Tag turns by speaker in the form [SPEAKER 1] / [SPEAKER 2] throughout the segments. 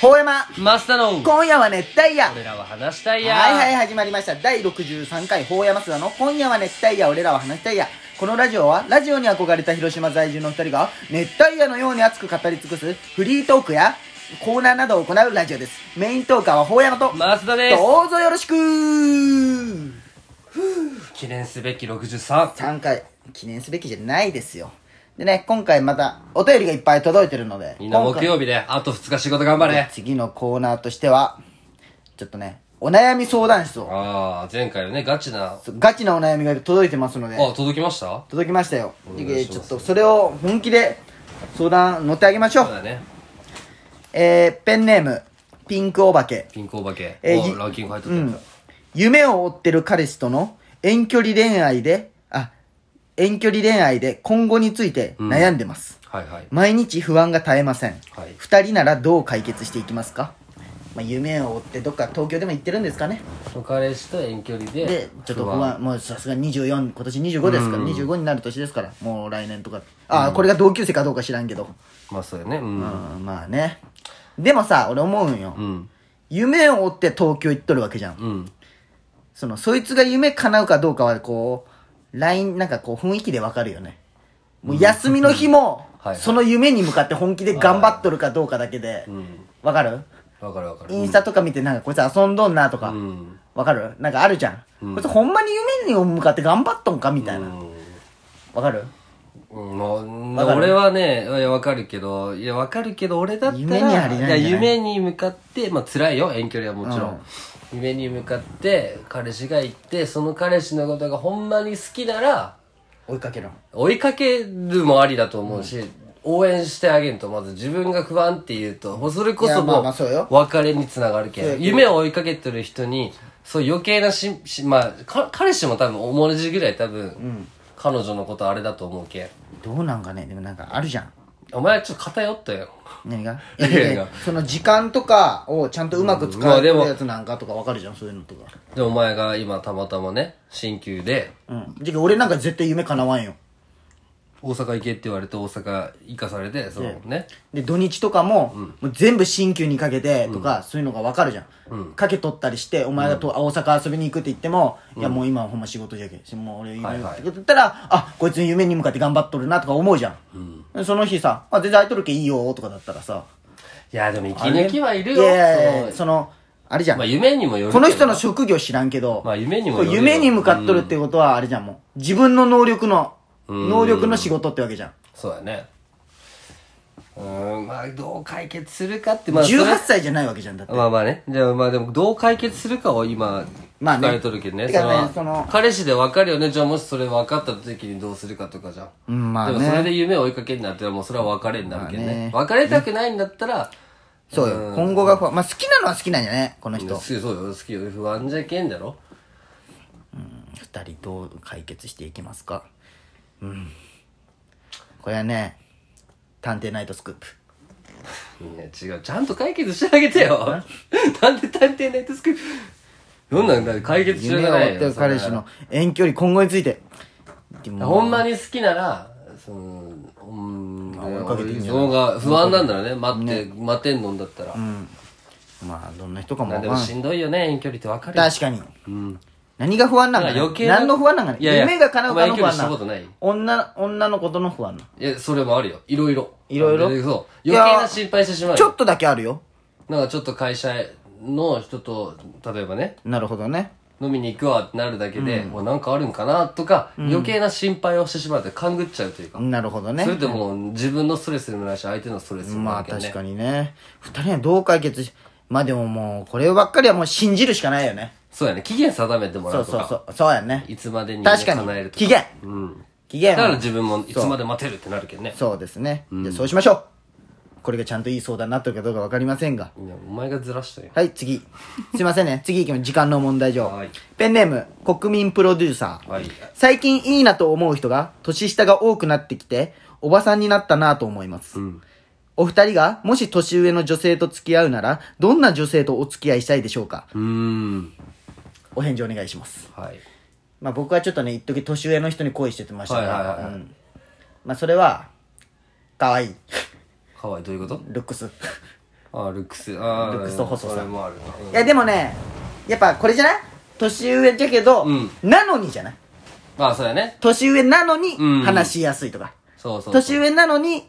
[SPEAKER 1] ほうやま
[SPEAKER 2] マスタの
[SPEAKER 1] 今夜は熱帯夜は
[SPEAKER 2] 俺らは話したい
[SPEAKER 1] い
[SPEAKER 2] や
[SPEAKER 1] はい始まりました第63回ほうやますだの今夜は熱帯夜俺らは話したいやこのラジオはラジオに憧れた広島在住の二人が熱帯夜のように熱く語り尽くすフリートークやコーナーなどを行うラジオですメイントーカーはほうやまと
[SPEAKER 2] マスタです
[SPEAKER 1] どうぞよろしくー
[SPEAKER 2] 記念すべき63
[SPEAKER 1] 3回記念すべきじゃないですよでね今回またお便りがいっぱい届いてるので
[SPEAKER 2] みんな
[SPEAKER 1] 今
[SPEAKER 2] 木
[SPEAKER 1] 回
[SPEAKER 2] 曜日であと2日仕事頑張れ
[SPEAKER 1] 次のコーナーとしてはちょっとねお悩み相談室を
[SPEAKER 2] ああ前回はねガチなあ
[SPEAKER 1] ガチなお悩みが届いてますので、
[SPEAKER 2] 届きました
[SPEAKER 1] 届きましたよ。
[SPEAKER 2] お願い
[SPEAKER 1] で
[SPEAKER 2] し
[SPEAKER 1] ち
[SPEAKER 2] ます
[SPEAKER 1] ょっとそれを本気で相談乗ってあげましょ
[SPEAKER 2] そう
[SPEAKER 1] う。
[SPEAKER 2] だね
[SPEAKER 1] えー、ペンネーム、ピンクお化け。
[SPEAKER 2] ピンクお化け
[SPEAKER 1] えー
[SPEAKER 2] お
[SPEAKER 1] ゆ
[SPEAKER 2] ランキング入っと
[SPEAKER 1] う
[SPEAKER 2] ったやつ
[SPEAKER 1] ん。夢を追ってる彼氏との遠距離恋愛で、あ、遠距離恋愛で今後について悩んでます。
[SPEAKER 2] だはいはい
[SPEAKER 1] 毎日不安が絶えません。
[SPEAKER 2] はい
[SPEAKER 1] 二人ならどう解決していきますかまあ、夢を追ってどっか東京でも行ってるんですかね
[SPEAKER 2] 彼氏と遠距離で
[SPEAKER 1] でちょっと不安もうさすが24今年25ですから、25になる年ですからもう来年とかああ、これが同級生かどうか知らんけど、
[SPEAKER 2] まあそうよねう
[SPEAKER 1] うんん、まあねでもさ俺思うんよ、
[SPEAKER 2] うん
[SPEAKER 1] 夢を追って東京行っとるわけじゃん、
[SPEAKER 2] うん
[SPEAKER 1] そのそいつが夢叶うかどうかはこう LINE なんかこう雰囲気でわかるよねもう休みの日も、
[SPEAKER 2] はいはい
[SPEAKER 1] その夢に向かって本気で頑張っとるかどうかだけで
[SPEAKER 2] ん
[SPEAKER 1] わ、かる
[SPEAKER 2] わかるわかる
[SPEAKER 1] インスタとか見てなんかこいつ遊んどんなとか、
[SPEAKER 2] うん
[SPEAKER 1] わかるなんかあるじゃん。こいつほんまに夢に向かって頑張っとんかみたいな。わかる
[SPEAKER 2] うん
[SPEAKER 1] わ
[SPEAKER 2] まあ
[SPEAKER 1] かる
[SPEAKER 2] 俺はね、いや、わかるけど、いや、わかるけど、俺だったら、
[SPEAKER 1] 夢にありなんじゃない
[SPEAKER 2] や夢に向かって、まあ、辛いよ、遠距離はもちろん。
[SPEAKER 1] うん
[SPEAKER 2] 夢に向かって、彼氏が行って、その彼氏のことがほんまに好きなら、
[SPEAKER 1] 追いかけろ。
[SPEAKER 2] 追いかけるもありだと思うし、応援してあげんと、まず自分が不安って言うと、もうそれこ
[SPEAKER 1] いや
[SPEAKER 2] そ
[SPEAKER 1] まあ
[SPEAKER 2] も
[SPEAKER 1] まあそうよ
[SPEAKER 2] う、別れにつながる
[SPEAKER 1] そう
[SPEAKER 2] け
[SPEAKER 1] や
[SPEAKER 2] ん。
[SPEAKER 1] けど
[SPEAKER 2] 夢を追いかけてる人に、そう余計なし、しまあ、か彼氏も多分同じぐらい多分、彼女のことあれだと思うけん。
[SPEAKER 1] どうなんかねでもなんかあるじゃん。
[SPEAKER 2] お前ちょっと偏ったよ。
[SPEAKER 1] 何が
[SPEAKER 2] いやいやいや
[SPEAKER 1] その時間とかをちゃんとうまく
[SPEAKER 2] うんま
[SPEAKER 1] 使
[SPEAKER 2] あ
[SPEAKER 1] う
[SPEAKER 2] でも
[SPEAKER 1] やつなんかとかわかるじゃん、そういうのとか。
[SPEAKER 2] で、お前が今たまたまね、新旧で、
[SPEAKER 1] うん。じゃあ俺なんか絶対夢叶わんよ。
[SPEAKER 2] 大阪行けって言われて大阪行かされて、そのね。
[SPEAKER 1] で、土日とかも、もう全部新旧にかけてとか、そういうのがわかるじゃん。かけ取ったりして、お前がと、大阪遊びに行くって言っても、いやもう今はほんま仕事じゃけ。もう俺夢
[SPEAKER 2] はい
[SPEAKER 1] っ
[SPEAKER 2] は
[SPEAKER 1] て
[SPEAKER 2] い
[SPEAKER 1] 言ったら、あ、こいつ夢に向かって頑張っとるなとか思うじゃん。その日さ、あ、全然空いとるけいいよとかだったらさ。
[SPEAKER 2] いや、でも息抜きはいるよ。
[SPEAKER 1] いやいやいや
[SPEAKER 2] そ
[SPEAKER 1] その、あれじゃん。
[SPEAKER 2] のまあ夢にもよるけ
[SPEAKER 1] こ
[SPEAKER 2] ど
[SPEAKER 1] の人の職業知らんけど、
[SPEAKER 2] まあ夢にもよるよ
[SPEAKER 1] 夢に向かっとるってことはあれじゃん、もう。自分の能力の、能力の仕事ってわけじゃん。
[SPEAKER 2] そうやね。うーん、まあどう解決するかって、まあそれ
[SPEAKER 1] 18歳じゃないわけじゃん、だって。
[SPEAKER 2] まあまあね。じゃあまあでもどう解決するかを今、
[SPEAKER 1] まあね
[SPEAKER 2] 聞かれとるけどね。
[SPEAKER 1] てかね
[SPEAKER 2] その
[SPEAKER 1] その
[SPEAKER 2] 彼氏で分かるよね。じゃあもしそれ分かった時にどうするかとかじゃん。
[SPEAKER 1] うんまあね
[SPEAKER 2] でもそれで夢を追いかけるんだったらもうそれは別れになるけどね。
[SPEAKER 1] ま
[SPEAKER 2] 別れたくないんだったら、
[SPEAKER 1] そうよ。今後が不安。まあ好きなのは好きなんやね、この人
[SPEAKER 2] 好。きそうよ、好きよ。不安じゃけんだろ。
[SPEAKER 1] 二人どう解決していきますか。うん。これはね、探偵ナイトスクープ。
[SPEAKER 2] いや、違う。ちゃんと解決してあげてよ。 なんで探偵ネットスクープ。どんなんだ解決しよう
[SPEAKER 1] 夢
[SPEAKER 2] が
[SPEAKER 1] を
[SPEAKER 2] ない
[SPEAKER 1] 追
[SPEAKER 2] よ
[SPEAKER 1] ってる彼氏の遠距離今後について。で
[SPEAKER 2] それは
[SPEAKER 1] も
[SPEAKER 2] ほんまに好きなら、その、うん、
[SPEAKER 1] 追いかけていいんじゃ
[SPEAKER 2] そのが不安なんだろうね。待って、待てんのんだったら。
[SPEAKER 1] まあ、どんな人かも
[SPEAKER 2] まあ
[SPEAKER 1] わ
[SPEAKER 2] で
[SPEAKER 1] かん
[SPEAKER 2] も
[SPEAKER 1] ない
[SPEAKER 2] しんどいよね、遠距離って分かるよ。
[SPEAKER 1] 確かに。何が不安なんだ
[SPEAKER 2] だから余計な
[SPEAKER 1] 何の不安なんかね。
[SPEAKER 2] いやいや
[SPEAKER 1] 夢が叶うかの不安
[SPEAKER 2] お前遠距離したことない
[SPEAKER 1] 女、女のことの不安な。
[SPEAKER 2] いや、それもあるよ。いろいろ。
[SPEAKER 1] いろいろ
[SPEAKER 2] そう。
[SPEAKER 1] い
[SPEAKER 2] 余
[SPEAKER 1] や
[SPEAKER 2] 計な心配してしまう
[SPEAKER 1] ちょ
[SPEAKER 2] よ。
[SPEAKER 1] っとだけあるよ。
[SPEAKER 2] なんかちょっと会社の人と、例えばね、
[SPEAKER 1] なるほどね。
[SPEAKER 2] 飲みに行くわってなるだけで、もうなんかあるんかなとか、余計な心配をしてしまうって勘ぐっちゃうというか。
[SPEAKER 1] なるほどね
[SPEAKER 2] それ。でもう自分のストレスでもないし、相手のストレスでも
[SPEAKER 1] ま
[SPEAKER 2] な
[SPEAKER 1] あ
[SPEAKER 2] いからね。
[SPEAKER 1] 確かにね。二人はどう解決し、まあでももう、こればっかりはもう信じるしかないよね。
[SPEAKER 2] そうやね。期限定めてもら
[SPEAKER 1] そう
[SPEAKER 2] うと
[SPEAKER 1] そう
[SPEAKER 2] か。
[SPEAKER 1] そう。そうやね。
[SPEAKER 2] いつまでにね
[SPEAKER 1] 確か
[SPEAKER 2] 叶える
[SPEAKER 1] に。
[SPEAKER 2] とか
[SPEAKER 1] 期限。
[SPEAKER 2] うん。
[SPEAKER 1] 期限
[SPEAKER 2] だ
[SPEAKER 1] は
[SPEAKER 2] から自分もいつまで待てるってなるけどね。
[SPEAKER 1] そうですね。じゃあそうしましょう。これがちゃんといい相談になってるかどうかわかりませんが。
[SPEAKER 2] いや、お前がずらしたよ。
[SPEAKER 1] はい、次。すいませんね。次行きます。時間の問題上
[SPEAKER 2] はい。
[SPEAKER 1] ペンネーム、国民プロデューサー。
[SPEAKER 2] はい。
[SPEAKER 1] 最近いいなと思う人が、年下が多くなってきて、おばさんになったなと思います。
[SPEAKER 2] うん。
[SPEAKER 1] お二人が、もし年上の女性と付き合うなら、どんな女性とお付き合いしたいでしょうか
[SPEAKER 2] うーん。
[SPEAKER 1] お返事お願いします。
[SPEAKER 2] はい。
[SPEAKER 1] まあ僕はちょっとね、一時年上の人に恋しててましたか
[SPEAKER 2] はいはいはい
[SPEAKER 1] ら、
[SPEAKER 2] はい
[SPEAKER 1] うんまあそれは、可愛い
[SPEAKER 2] かわいい、どういうこと
[SPEAKER 1] ルックス。
[SPEAKER 2] ああルックスああ
[SPEAKER 1] ルックスと細さ
[SPEAKER 2] それもある
[SPEAKER 1] いやでもねやっぱこれじゃない年上だけど、
[SPEAKER 2] うん
[SPEAKER 1] なのにじゃない
[SPEAKER 2] まあそうやね
[SPEAKER 1] 年上なのに
[SPEAKER 2] うん
[SPEAKER 1] 話しやすいとか、
[SPEAKER 2] そうそうそう
[SPEAKER 1] 年上なのに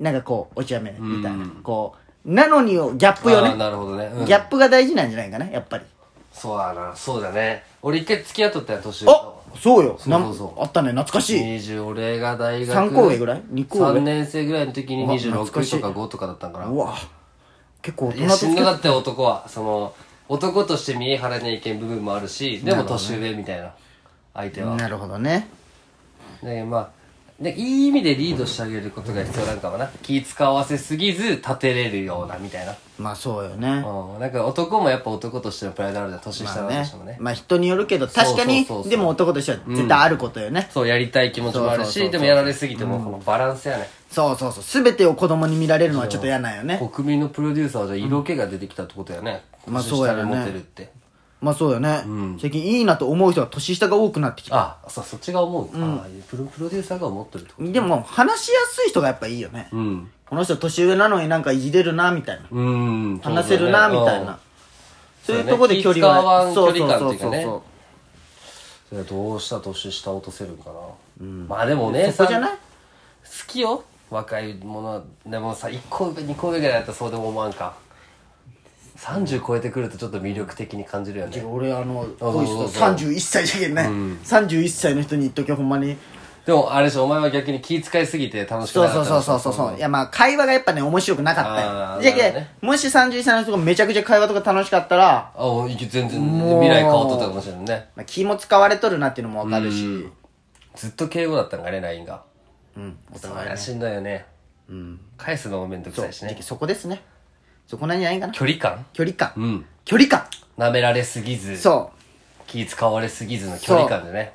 [SPEAKER 1] なんかこうお茶目みたいな、
[SPEAKER 2] うん
[SPEAKER 1] こうなのにをギャップよ
[SPEAKER 2] ああ
[SPEAKER 1] ね、
[SPEAKER 2] なるほどね、うん
[SPEAKER 1] ギャップが大事なんじゃないかなやっぱり
[SPEAKER 2] そうだなそうだね俺一回付き合っとったよ年上
[SPEAKER 1] あ
[SPEAKER 2] と
[SPEAKER 1] そうよ
[SPEAKER 2] そうそうそう
[SPEAKER 1] なんあったね懐かしい、
[SPEAKER 2] 20俺が大学
[SPEAKER 1] 三校上ぐらい二校上
[SPEAKER 2] 3年生ぐらいの時に
[SPEAKER 1] うわ懐かしい
[SPEAKER 2] 26とか5とかだったんかな
[SPEAKER 1] うわ結構大
[SPEAKER 2] い
[SPEAKER 1] 人
[SPEAKER 2] や
[SPEAKER 1] と
[SPEAKER 2] し
[SPEAKER 1] 付
[SPEAKER 2] ん
[SPEAKER 1] き
[SPEAKER 2] ど
[SPEAKER 1] 合
[SPEAKER 2] か
[SPEAKER 1] っ
[SPEAKER 2] ったよ男はその男として見え張らないけん部分もあるしでも年上みたいな相手は、
[SPEAKER 1] なるほどね
[SPEAKER 2] でまあでいい意味でリードしてあげることが必要なんかもな気使わせすぎず立てれるようなみたいな、
[SPEAKER 1] まあそうよね
[SPEAKER 2] うん、なんか男もやっぱ男としてのプライドあるじゃん年
[SPEAKER 1] ま
[SPEAKER 2] 下の
[SPEAKER 1] あ
[SPEAKER 2] 私
[SPEAKER 1] ね
[SPEAKER 2] もね,、
[SPEAKER 1] まあ人によるけど
[SPEAKER 2] そうそ
[SPEAKER 1] 確か
[SPEAKER 2] う
[SPEAKER 1] に
[SPEAKER 2] そうそう
[SPEAKER 1] でも男としては絶対あることよね、
[SPEAKER 2] そうやりたい気持ちもあるし
[SPEAKER 1] そうそうそうそう
[SPEAKER 2] でもやられすぎてもこのバランスやね、
[SPEAKER 1] そうそうそう全てを子供に見られるのはちょっと嫌なんよね
[SPEAKER 2] 国民のプロデューサーはじゃあ色気が出てきたってことやね、
[SPEAKER 1] うんまあそうやろね
[SPEAKER 2] 年下にモテるって
[SPEAKER 1] まあそうよね、最近いいなと思う人が年下が多くなってきた
[SPEAKER 2] あそうそっちが思う、ああプロプロデューサーが思ってるってこ
[SPEAKER 1] でも話しやすい人がやっぱいいよね、
[SPEAKER 2] とうん
[SPEAKER 1] この人年上なのになんかいじれるなみたいな、
[SPEAKER 2] うん
[SPEAKER 1] 話せるなみたいなそういうとこで距離
[SPEAKER 2] は
[SPEAKER 1] は
[SPEAKER 2] 距離感っていうかね
[SPEAKER 1] そう
[SPEAKER 2] それはどうした年下落とせるんかな、まあでもお姉
[SPEAKER 1] そ
[SPEAKER 2] さん
[SPEAKER 1] こじゃない
[SPEAKER 2] 好きよ若いものはでもさ1個上2個上ぐらいだったらそうでも思わんか30超えてくるとちょっと魅力的に感じるよ
[SPEAKER 1] て
[SPEAKER 2] ね
[SPEAKER 1] か俺あの
[SPEAKER 2] そう
[SPEAKER 1] こういう人
[SPEAKER 2] そうそう
[SPEAKER 1] 31歳じゃけんね、31歳の人に言っときゃほんまに
[SPEAKER 2] でもあれでしょお前は逆に気遣いすぎて楽しく
[SPEAKER 1] そ
[SPEAKER 2] な
[SPEAKER 1] う
[SPEAKER 2] か
[SPEAKER 1] そ
[SPEAKER 2] っ
[SPEAKER 1] う
[SPEAKER 2] た
[SPEAKER 1] そうそうそうそういやまあ会話がやっぱね面白くなか
[SPEAKER 2] あ
[SPEAKER 1] っ
[SPEAKER 2] ー
[SPEAKER 1] たよじゃけ、
[SPEAKER 2] なるほどね
[SPEAKER 1] もし31歳の人がめちゃくちゃ会話とか楽しかったら、
[SPEAKER 2] あおいけ全然
[SPEAKER 1] もう
[SPEAKER 2] 未来変わっとったかもしれないね
[SPEAKER 1] まあ、気も使われとるなっていうのもわかるし、
[SPEAKER 2] ずっと敬語だったんかね LINE が
[SPEAKER 1] うんお
[SPEAKER 2] そ
[SPEAKER 1] 互い
[SPEAKER 2] りゃ
[SPEAKER 1] ね
[SPEAKER 2] しんどいよね返すのもめんどくさいし
[SPEAKER 1] じゃ
[SPEAKER 2] ね
[SPEAKER 1] けそこですねそこなんじゃないかな
[SPEAKER 2] 距離感
[SPEAKER 1] 距離感、
[SPEAKER 2] うん
[SPEAKER 1] 距離感
[SPEAKER 2] 舐められすぎず
[SPEAKER 1] そう
[SPEAKER 2] 気使われすぎずの距離感でね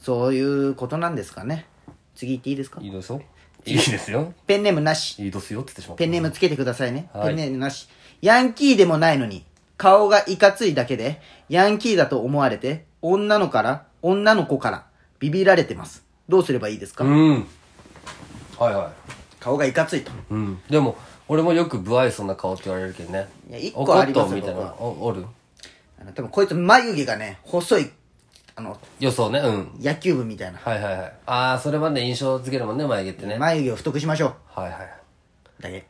[SPEAKER 1] そういうことなんですかね次行っていいですか
[SPEAKER 2] いいですよいいですよ
[SPEAKER 1] ペンネームなし
[SPEAKER 2] いいですよって言ってしまった
[SPEAKER 1] ペンネームつけてくださいね、
[SPEAKER 2] はい
[SPEAKER 1] ペンネームなしヤンキーでもないのに顔がいかついだけでヤンキーだと思われて女の子から女の子からビビられてますどうすればいいですか、
[SPEAKER 2] うんはいは
[SPEAKER 1] 顔がいかついと
[SPEAKER 2] いうんでも俺もよく不愛想な顔って言われるけどね
[SPEAKER 1] いや一個ありますよ
[SPEAKER 2] 怒っとんみたい
[SPEAKER 1] 僕
[SPEAKER 2] な
[SPEAKER 1] は
[SPEAKER 2] おおる
[SPEAKER 1] あの多分こいつ眉毛がね細いあの
[SPEAKER 2] 予想ねうん
[SPEAKER 1] 野球部みたいな
[SPEAKER 2] はいはいはいああそれまで印象付けるもんね眉毛ってねはい
[SPEAKER 1] 眉毛を太くしましょ
[SPEAKER 2] はいはいう
[SPEAKER 1] だけ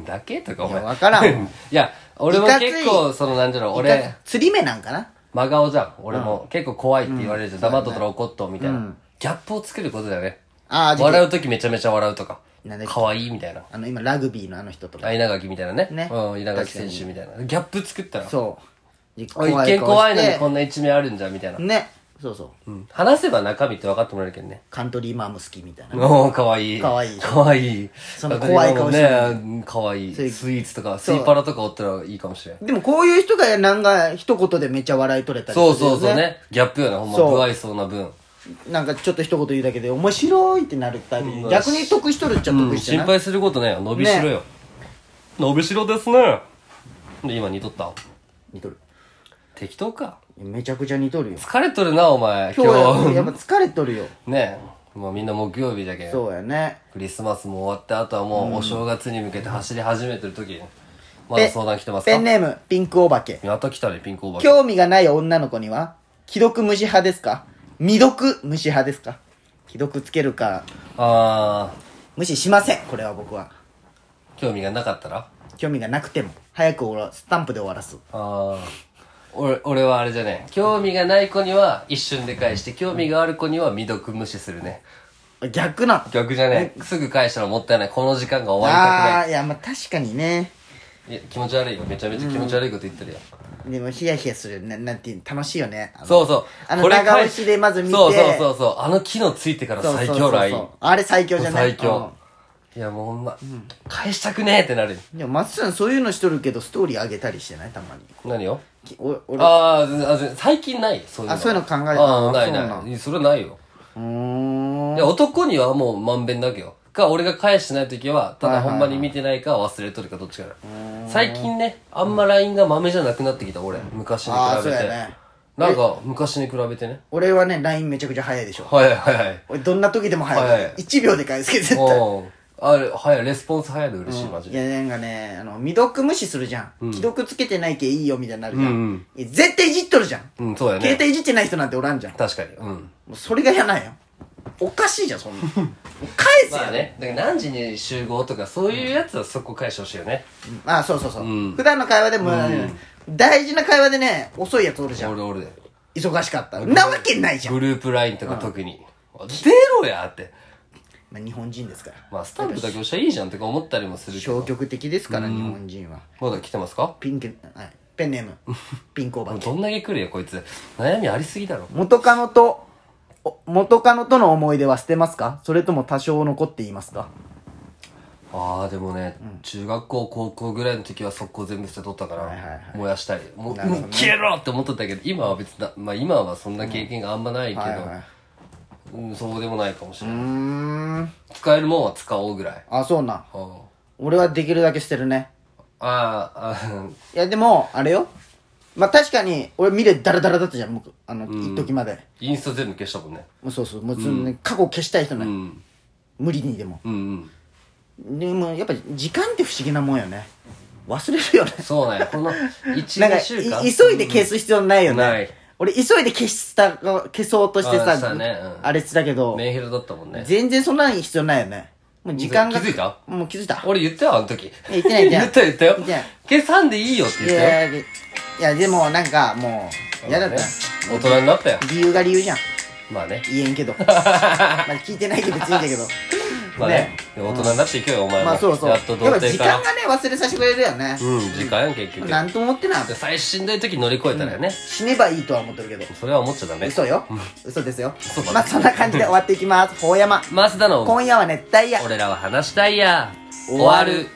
[SPEAKER 2] だけとかお
[SPEAKER 1] いや
[SPEAKER 2] 前
[SPEAKER 1] わからん
[SPEAKER 2] いや俺も
[SPEAKER 1] いかつい
[SPEAKER 2] 結構そのなんじゃろう
[SPEAKER 1] いか
[SPEAKER 2] 俺
[SPEAKER 1] つ釣り目なんかな
[SPEAKER 2] 真顔じゃん俺も結構怖いって言われるじゃん黙っとったら怒っとみたいなギャップをつけることだよね
[SPEAKER 1] ああじゃあ
[SPEAKER 2] 笑う時めちゃめちゃ笑うとか
[SPEAKER 1] なんだっけ
[SPEAKER 2] 可愛いみたいな
[SPEAKER 1] あの今ラグビーのあの人とか
[SPEAKER 2] あ稲垣みたいなね
[SPEAKER 1] ね
[SPEAKER 2] うん、稲垣選手みたいなギャップ作ったら
[SPEAKER 1] そうで
[SPEAKER 2] あ一見怖
[SPEAKER 1] 顔
[SPEAKER 2] いのに
[SPEAKER 1] して
[SPEAKER 2] こんな一面あるんじゃんみたいな、
[SPEAKER 1] ねそうそう
[SPEAKER 2] うん、話せば中身って分かってもらえるけどね
[SPEAKER 1] カントリーマーム好きみたいな
[SPEAKER 2] おおかわいい
[SPEAKER 1] かわいい
[SPEAKER 2] かわいい
[SPEAKER 1] その怖い顔してる
[SPEAKER 2] ねかわいいス
[SPEAKER 1] そう
[SPEAKER 2] イ
[SPEAKER 1] いう
[SPEAKER 2] ーツとかス
[SPEAKER 1] そう
[SPEAKER 2] イパラとかおったらいいかもしれん
[SPEAKER 1] でもこういう人がなんか一言でめっちゃ笑い取れたり
[SPEAKER 2] そう
[SPEAKER 1] する
[SPEAKER 2] そ
[SPEAKER 1] よ
[SPEAKER 2] うそうねギャップよねほんま
[SPEAKER 1] そう
[SPEAKER 2] 不愛想な分、
[SPEAKER 1] なんかちょっと一言言うだけで面白いってなるタイプ
[SPEAKER 2] うん
[SPEAKER 1] 逆に得しとるっちゃ
[SPEAKER 2] う
[SPEAKER 1] 得
[SPEAKER 2] ん、
[SPEAKER 1] しじ
[SPEAKER 2] 心
[SPEAKER 1] ゃない
[SPEAKER 2] 配することね伸びしろよ、伸びしろですねで今似とった
[SPEAKER 1] 似とる
[SPEAKER 2] 適当か
[SPEAKER 1] めちゃくちゃ似とるよ
[SPEAKER 2] 疲れとるなお前
[SPEAKER 1] 今
[SPEAKER 2] 今
[SPEAKER 1] 日
[SPEAKER 2] 日
[SPEAKER 1] はやっぱ疲れとるよ
[SPEAKER 2] ねえ、まあ、みんな木曜日じゃけん
[SPEAKER 1] そうやね
[SPEAKER 2] クリスマスも終わってあとはもうお正月に向けて走り始めてる時まだ相談来てます
[SPEAKER 1] ペ
[SPEAKER 2] か
[SPEAKER 1] ンネームピンクお化け
[SPEAKER 2] また来たねピンクオーバー
[SPEAKER 1] 興味がない女の子には既読無視派ですか未読無視派ですか既読つけるか
[SPEAKER 2] あ
[SPEAKER 1] 無視しませんこれは僕は
[SPEAKER 2] ー興味がなかったら
[SPEAKER 1] 興味がなくても早く終わらスタンプで終わらす
[SPEAKER 2] あー俺俺はあれじゃね興味がない子には一瞬で返して興味がある子には未読無視するね
[SPEAKER 1] 逆な
[SPEAKER 2] 逆じゃねすぐ返したらもったいないこの時間が終わ
[SPEAKER 1] ああーいやまあ確かにね
[SPEAKER 2] りたくないいや気持ち悪いよめちゃめちゃ気持ち悪いこと言ってるよ、
[SPEAKER 1] でもヒヤヒヤするななんていうの楽しいよねあの
[SPEAKER 2] そうそう
[SPEAKER 1] あの
[SPEAKER 2] これ
[SPEAKER 1] 長押しでまず見て
[SPEAKER 2] そうそうそうそうあの機能ついてから
[SPEAKER 1] そう
[SPEAKER 2] 最強ライン
[SPEAKER 1] そうそうそうあれ最強じゃない
[SPEAKER 2] 最強いやもうほんま、返したくねえってなるよ
[SPEAKER 1] うんでも松さんそういうのしとるけどストーリー上げたりしてないたまに
[SPEAKER 2] 何を
[SPEAKER 1] きお俺う
[SPEAKER 2] あー全然あ全然最近ないそういうの
[SPEAKER 1] あそういうの考えた
[SPEAKER 2] あーな
[SPEAKER 1] あそ
[SPEAKER 2] いう
[SPEAKER 1] な
[SPEAKER 2] なんいそれないよ
[SPEAKER 1] ーん
[SPEAKER 2] いや男にはもうまんべんだけよか俺が返してない時はただほんまに見てないか忘れとるかどっちかだ最近ねあんま LINE が豆じゃなくなってきた俺昔に
[SPEAKER 1] ああ
[SPEAKER 2] 比
[SPEAKER 1] そう
[SPEAKER 2] べ
[SPEAKER 1] や
[SPEAKER 2] て、
[SPEAKER 1] ね
[SPEAKER 2] なんか昔に比べてね
[SPEAKER 1] 俺はね LINE めちゃくちゃ早いでしょ
[SPEAKER 2] はいはいはい
[SPEAKER 1] 俺どんな時でも早い、
[SPEAKER 2] はい
[SPEAKER 1] 1秒で返すけど絶対
[SPEAKER 2] おーあれ、早い、レスポンス早いの嬉しい、マジ
[SPEAKER 1] い
[SPEAKER 2] で。
[SPEAKER 1] やなんかねあの未読無視するじゃん、既読つけてないけいいよみたいになるじゃん、
[SPEAKER 2] うんうん
[SPEAKER 1] いや絶対いじっとるじゃん、
[SPEAKER 2] うん、そうや
[SPEAKER 1] 携
[SPEAKER 2] ね。
[SPEAKER 1] 帯いじってない人なんておらんじゃんも
[SPEAKER 2] 確かに。うん。
[SPEAKER 1] うそれが嫌なんよおかしいじゃんそ んなもう返せよ、
[SPEAKER 2] まあね、だから何時に集合とか、そういうやつはそこ返してほしいよね。
[SPEAKER 1] あそうそうそう、
[SPEAKER 2] うん
[SPEAKER 1] 普段の会話でも、大事な会話でね遅いやつおるじゃん
[SPEAKER 2] 俺、俺で。
[SPEAKER 1] 忙しかったらなわけないじゃん、
[SPEAKER 2] グループ LINE とか特に。出ろやって。
[SPEAKER 1] まあ、日本人ですから
[SPEAKER 2] まあ、スタンプだけ押したらいいじゃんとか思ったりもするけ
[SPEAKER 1] 消
[SPEAKER 2] ど。
[SPEAKER 1] 極的ですから、日本人は
[SPEAKER 2] まだ来てますか
[SPEAKER 1] ピンクはいペンネー ムピンクおば
[SPEAKER 2] もうどんだけ来るよ、こいつ。悩みありすぎだろ。
[SPEAKER 1] 元カノとお元カノとの思い出は捨てますかそれとも多少残っていますか
[SPEAKER 2] ああでもね、中学校高校ぐらいの時は速攻全部捨てとったから、
[SPEAKER 1] はいはいはい
[SPEAKER 2] 燃やしたりもう,、
[SPEAKER 1] なるほどね
[SPEAKER 2] もう消えろって思っとったけど今は別だ、まあ、今はそんな経験があんまないけど、
[SPEAKER 1] はいはい
[SPEAKER 2] うん、そうでもないかもしれ
[SPEAKER 1] う
[SPEAKER 2] ない、
[SPEAKER 1] ーん
[SPEAKER 2] 使えるもんは使おうぐらい、
[SPEAKER 1] あそうなん
[SPEAKER 2] うん、あ
[SPEAKER 1] 俺はできるだけ捨てるね
[SPEAKER 2] ああ
[SPEAKER 1] いやでもあれよまあ確かに俺見れダラダラだったじゃんもうあの一時まで
[SPEAKER 2] インスタ全部消したもんね
[SPEAKER 1] もうそうそうもうそのね過去を消したい人ね
[SPEAKER 2] うん
[SPEAKER 1] 無理にでも
[SPEAKER 2] うんうん
[SPEAKER 1] でもやっぱ時間って不思議なもんよね忘れるよね
[SPEAKER 2] そうなんやこの1
[SPEAKER 1] なんか
[SPEAKER 2] 2週間
[SPEAKER 1] い急いで消す必要ないよね、
[SPEAKER 2] ない
[SPEAKER 1] 俺急いで消した消そうとして
[SPEAKER 2] あ
[SPEAKER 1] さ
[SPEAKER 2] したねうん
[SPEAKER 1] あれしたけど
[SPEAKER 2] メンヘラだったもんね
[SPEAKER 1] 全然そんなに必要ないよねもう時間が
[SPEAKER 2] 気づいた
[SPEAKER 1] もう気づいた
[SPEAKER 2] 俺言ったよあの時
[SPEAKER 1] 言ってないじゃん
[SPEAKER 2] 言ったよ言ったよ
[SPEAKER 1] 言ってない
[SPEAKER 2] 消さんでいいよって言
[SPEAKER 1] い
[SPEAKER 2] ったよ
[SPEAKER 1] やいやいやでもなんかもう嫌だった
[SPEAKER 2] ね大人になったよ
[SPEAKER 1] 理由が理由じゃん
[SPEAKER 2] まあね
[SPEAKER 1] 言えん けどまあ聞いてないけど別にいいんだけど
[SPEAKER 2] まあね、大人になっていけよ、お前も。
[SPEAKER 1] まあそうそう
[SPEAKER 2] や
[SPEAKER 1] や
[SPEAKER 2] っと童
[SPEAKER 1] っぱ
[SPEAKER 2] 貞
[SPEAKER 1] 時
[SPEAKER 2] か
[SPEAKER 1] 間
[SPEAKER 2] ら。
[SPEAKER 1] がね忘れさせてくれるよね、
[SPEAKER 2] うん、時間やん、結局。
[SPEAKER 1] なんとも思ってない
[SPEAKER 2] 最しんどい時乗り越えたらね。
[SPEAKER 1] 死ねばいいとは思ってるけど
[SPEAKER 2] それは思っちゃダメ。
[SPEAKER 1] 嘘よ嘘ですよ
[SPEAKER 2] 嘘だね
[SPEAKER 1] まあそんな感じで終わっていきますほうやま
[SPEAKER 2] マスダの、
[SPEAKER 1] 今夜は熱帯夜
[SPEAKER 2] 俺らは話したいや。終
[SPEAKER 1] 終わ
[SPEAKER 2] わ
[SPEAKER 1] る
[SPEAKER 2] る。